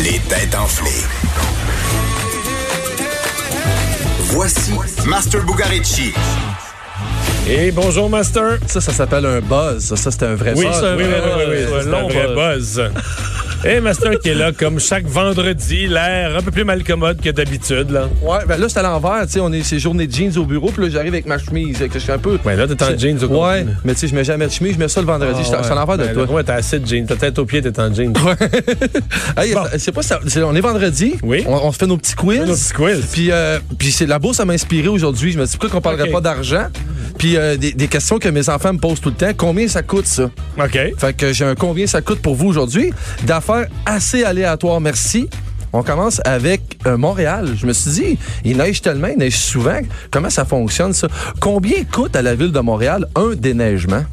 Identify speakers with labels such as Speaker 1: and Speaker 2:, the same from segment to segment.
Speaker 1: Les têtes enflées. Voici Master Bugaricci.
Speaker 2: Et bonjour, Master.
Speaker 3: Ça, ça s'appelle un buzz. Ça, ça c'est un vrai
Speaker 2: Oui,
Speaker 3: buzz.
Speaker 2: c'est un
Speaker 3: Ouais,
Speaker 2: vrai,
Speaker 3: ouais,
Speaker 2: oui, oui,
Speaker 3: ouais,
Speaker 2: oui,
Speaker 3: ouais,
Speaker 2: c'est
Speaker 3: long
Speaker 2: un vrai buzz. Et Master qui est là, comme chaque vendredi, l'air un peu plus malcommode que d'habitude. là.
Speaker 3: Ouais, ben là, c'est à l'envers. Tu sais, on est ces journées de jeans au bureau. Puis là, j'arrive avec ma chemise. Que je suis un peu.
Speaker 2: Ouais, là, t'es en jeans au Ah
Speaker 3: Ouais, mais tu sais, je mets jamais de chemise. Je mets ça le vendredi. Je suis à- je suis à l'envers de toi.
Speaker 2: Ouais, ben t'as assez de jeans. T'as tête aux pieds, t'es en jeans.
Speaker 3: Hey,
Speaker 2: Bon.
Speaker 3: c'est pas ça. c'est- On est vendredi.
Speaker 2: Oui.
Speaker 3: On, on se fait nos petits quiz.
Speaker 2: Nos petits quiz.
Speaker 3: Puis, euh, puis c'est la bourse, ça m'a inspiré aujourd'hui. Je me dis pourquoi qu'on parlerait
Speaker 2: Ok.
Speaker 3: pas d'argent. Puis euh, des, des questions que mes enfants me posent tout le temps. Combien ça coûte ça?
Speaker 2: OK.
Speaker 3: Fait que j'ai un combien ça coûte pour vous aujourd'hui. D'affaires assez aléatoires, merci. On commence avec euh, Montréal. Je me suis dit, il neige tellement, il neige souvent. Comment ça fonctionne, ça? Combien coûte à la ville de Montréal un déneigement?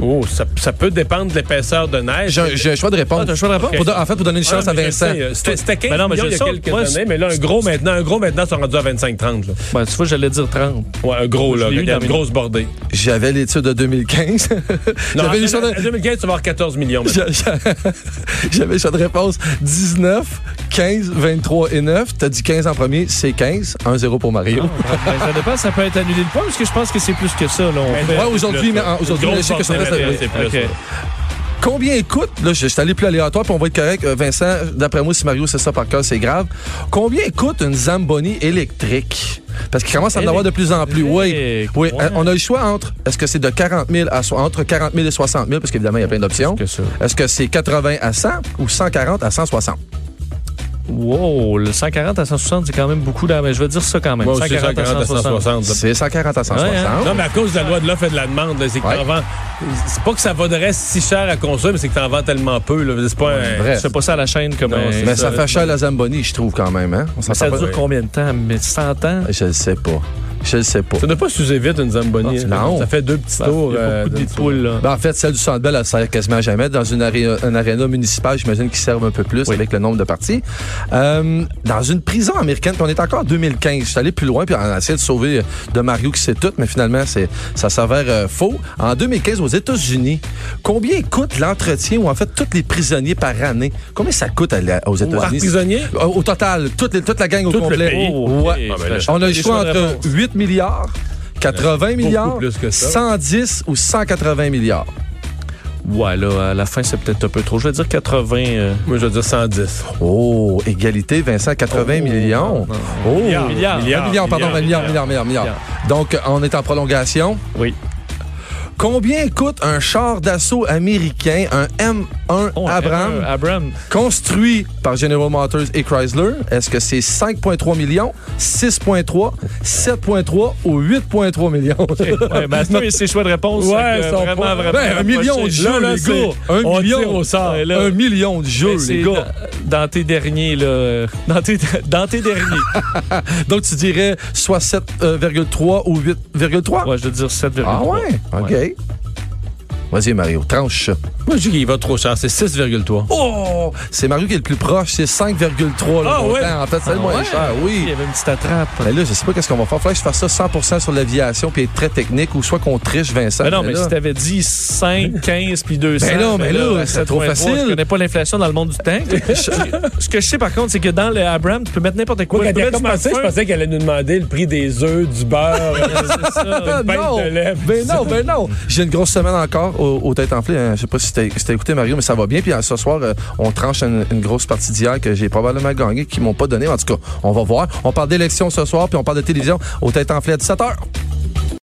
Speaker 2: Oh, ça, ça peut dépendre de l'épaisseur de neige.
Speaker 3: J'ai un, j'ai un choix de réponse.
Speaker 2: Ah, t'as un choix de réponse?
Speaker 3: Pour don- en fait, pour donner une
Speaker 2: Ah,
Speaker 3: chance à
Speaker 2: mais je
Speaker 3: Vincent.
Speaker 2: sais, euh, C'était c'était 15
Speaker 4: Ben non, mais
Speaker 2: millions
Speaker 4: je
Speaker 2: il y a
Speaker 4: saute.
Speaker 2: quelques
Speaker 4: Moi,
Speaker 2: années, mais là, un gros maintenant, un gros maintenant, sont rendus à 25-30. là.
Speaker 4: Ben, tu vois, j'allais dire 30.
Speaker 2: Ouais, un gros,
Speaker 4: Je
Speaker 2: là.
Speaker 4: l'ai eu
Speaker 2: Il y a
Speaker 4: dans
Speaker 2: une
Speaker 4: mes-
Speaker 2: grosse bordée.
Speaker 3: J'avais l'étude de 2015.
Speaker 2: Non, en
Speaker 3: J'avais une chance de-
Speaker 2: en 2015, tu vas avoir 14 millions. maintenant.
Speaker 3: J'a- j'a- J'avais le choix de réponse 19, 15, 23 et 9. T'as dit 15 en premier, c'est 15. 1-0 pour Mario.
Speaker 4: Ben, ça dépend, ça peut être annulé le point, parce que je pense que c'est plus que ça. Là, on fait-
Speaker 3: Ouais, aujourd'hui, mais en- aujourd'hui, je sais que ça reste- oui.
Speaker 2: c'est plus.
Speaker 4: Ok.
Speaker 2: ouais.
Speaker 3: Combien coûte, là, je, je suis allé plus aléatoire, puis on va être correct. Euh, Vincent, d'après moi, si Mario c'est ça par cœur, c'est grave. Combien coûte une Zamboni électrique? Parce qu'il commence à en avoir de plus en plus. Oui.
Speaker 4: Électrique,
Speaker 3: oui.
Speaker 4: ouais.
Speaker 3: Euh, On a le choix entre, est-ce que c'est de 40 000 à, so- entre 40 000 et 60 000, parce qu'évidemment, il y a plein d'options.
Speaker 4: que ça.
Speaker 3: Est-ce que c'est 80 à 100 ou 140 à 160?
Speaker 4: Wow, le 140 à 160, c'est quand même beaucoup. Là, mais je vais dire ça quand même.
Speaker 2: Moi aussi,
Speaker 4: 140 à 160.
Speaker 3: C'est 140 à 160.
Speaker 2: Oh. Non,
Speaker 4: hein?
Speaker 2: mais à cause de la loi de l'offre et de la demande, là, c'est que
Speaker 3: Ouais.
Speaker 2: t'en vends. C'est pas que ça vaudrait si cher à consommer, mais c'est que t'en vends tellement peu. Là. C'est pas un-
Speaker 3: bref.
Speaker 4: Je fais pas ça à la chaîne comme
Speaker 2: Non,
Speaker 4: un-
Speaker 2: c'est
Speaker 3: Mais
Speaker 2: ça.
Speaker 3: ça fait cher la Zamboni, je trouve, quand même. Hein? On s'en
Speaker 4: Ça
Speaker 3: sort pas-
Speaker 4: dure combien de temps? Mais 100 ans?
Speaker 3: Je le sais pas. Je le sais pas.
Speaker 2: Ça ne pas s'user vite une Zamboni.
Speaker 3: Ah,
Speaker 2: hein.
Speaker 3: non.
Speaker 2: Ça fait deux petits
Speaker 4: Ah, Il y a
Speaker 2: tours. euh,
Speaker 4: beaucoup
Speaker 2: d'une
Speaker 4: de poules, là.
Speaker 3: Ben, en fait, celle du Centre Bell, elle sert quasiment jamais. Dans une arena, un aréna municipale, j'imagine qu'ils servent un peu plus avec le nombre de parties. Euh, dans une prison américaine, puis on est encore en 2015. Je suis allé plus loin, puis on a essayé de sauver euh, de Mario qui sait tout, mais finalement, c'est ça s'avère euh, faux. En 2015, aux États-Unis, combien coûte l'entretien ou en fait tous les prisonniers par année? Combien ça coûte à la- aux
Speaker 2: tour. Par
Speaker 3: États-Unis?
Speaker 2: prisonnier?
Speaker 3: Au- Au total, toute, les- toute la gang au
Speaker 2: Tout le
Speaker 3: complet.
Speaker 2: pays.
Speaker 4: Oh,
Speaker 3: Ouais.
Speaker 2: Ah,
Speaker 4: ok.
Speaker 2: ben là,
Speaker 3: On a le
Speaker 4: Des
Speaker 3: choix
Speaker 4: choix de
Speaker 3: entre
Speaker 4: réponse.
Speaker 3: 8 milliards, 80 milliards,
Speaker 2: plus que ça.
Speaker 3: 110 ou 180 milliards.
Speaker 4: Ouais, là, à la fin, c'est peut-être un peu trop. Je vais dire 80. euh,
Speaker 2: Moi, je veux dire 110.
Speaker 3: Oh, égalité, Vincent, 80 millions. Oh,
Speaker 2: Milliards.
Speaker 4: milliards.
Speaker 3: Un milliard, pardon, un milliard, milliard, milliard, milliard. Donc, euh, on est en prolongation.
Speaker 4: Oui.
Speaker 3: Combien coûte un char d'assaut américain, un M1
Speaker 4: Oh,
Speaker 3: Abrams,
Speaker 4: euh, Abraham.
Speaker 3: construit par General Motors et Chrysler? Est-ce que c'est 5,3 millions, 6,3, 7,3 ou 8,3 millions?
Speaker 4: Ouais, ben, Master, il a ses choix de réponse.
Speaker 2: Ouais,
Speaker 4: fait que,
Speaker 2: ils sont
Speaker 4: vraiment,
Speaker 2: pas-
Speaker 4: vraiment.
Speaker 3: Ben, un million de
Speaker 4: rapprochés.
Speaker 3: jeux,
Speaker 4: Là, là,
Speaker 3: les
Speaker 4: c'est-
Speaker 3: gars. Un
Speaker 2: on
Speaker 3: million. Ben
Speaker 2: tire au sort.
Speaker 4: Ouais, là.
Speaker 3: Un million de jeux,
Speaker 4: Ben, c'est
Speaker 3: les gars.
Speaker 4: Dans, dans tes derniers, là. euh, Dans tes, dans tes derniers.
Speaker 3: Donc, tu dirais soit 7,3 ou 8,3?
Speaker 4: Ouais, je veux dire 7,3.
Speaker 3: Ah ouais? OK. Vas-y, Mario, tranche.
Speaker 2: Moi, je dis qu'il va trop cher. C'est 6,3.
Speaker 3: Oh! C'est Mario qui est le plus proche, c'est 5,3 le
Speaker 2: Ah
Speaker 3: montant.
Speaker 2: ouais?
Speaker 3: En fait, c'est le
Speaker 4: Ah
Speaker 3: moins
Speaker 4: ouais?
Speaker 3: cher,
Speaker 4: Il y
Speaker 3: oui.
Speaker 4: avait une petite attrape.
Speaker 3: Mais Ben là, je sais pas qu'est-ce qu'on va faire. Faudrait que je fasse ça 100 sur l'aviation puis être très technique ou soit qu'on triche, Vincent.
Speaker 4: Mais Ben non, mais
Speaker 3: là-
Speaker 4: si t'avais dit 5, 15 puis 200.
Speaker 3: Ben non, mais là,
Speaker 4: à
Speaker 3: c'est trop
Speaker 4: 7,3,
Speaker 3: facile.
Speaker 4: Je connais pas l'inflation dans le monde du temps. Ce que je sais par contre, c'est que dans le Abram, tu peux mettre n'importe quoi.
Speaker 2: Moi, quand
Speaker 4: Tu peux
Speaker 2: elle a
Speaker 4: mettre du
Speaker 2: commencé, je
Speaker 4: parfum.
Speaker 2: pensais qu'elle allait nous demander le prix des œufs, du beurre,
Speaker 4: C'est ça.
Speaker 3: Ah,
Speaker 2: une
Speaker 3: non.
Speaker 2: pinte de lèvres.
Speaker 3: Ben non, ben non. J'ai une grosse semaine encore au, au Tête Enflée. hein. Je sais pas si t'as si t'as écouté, Mario, mais ça va bien. Puis euh, ce soir, euh, on tranche une, une grosse partie d'hier que j'ai probablement gagnée, qui m'ont pas donné. En tout cas, on va voir. On parle d'élections ce soir, puis on parle de télévision au Tête Enflée à 17h.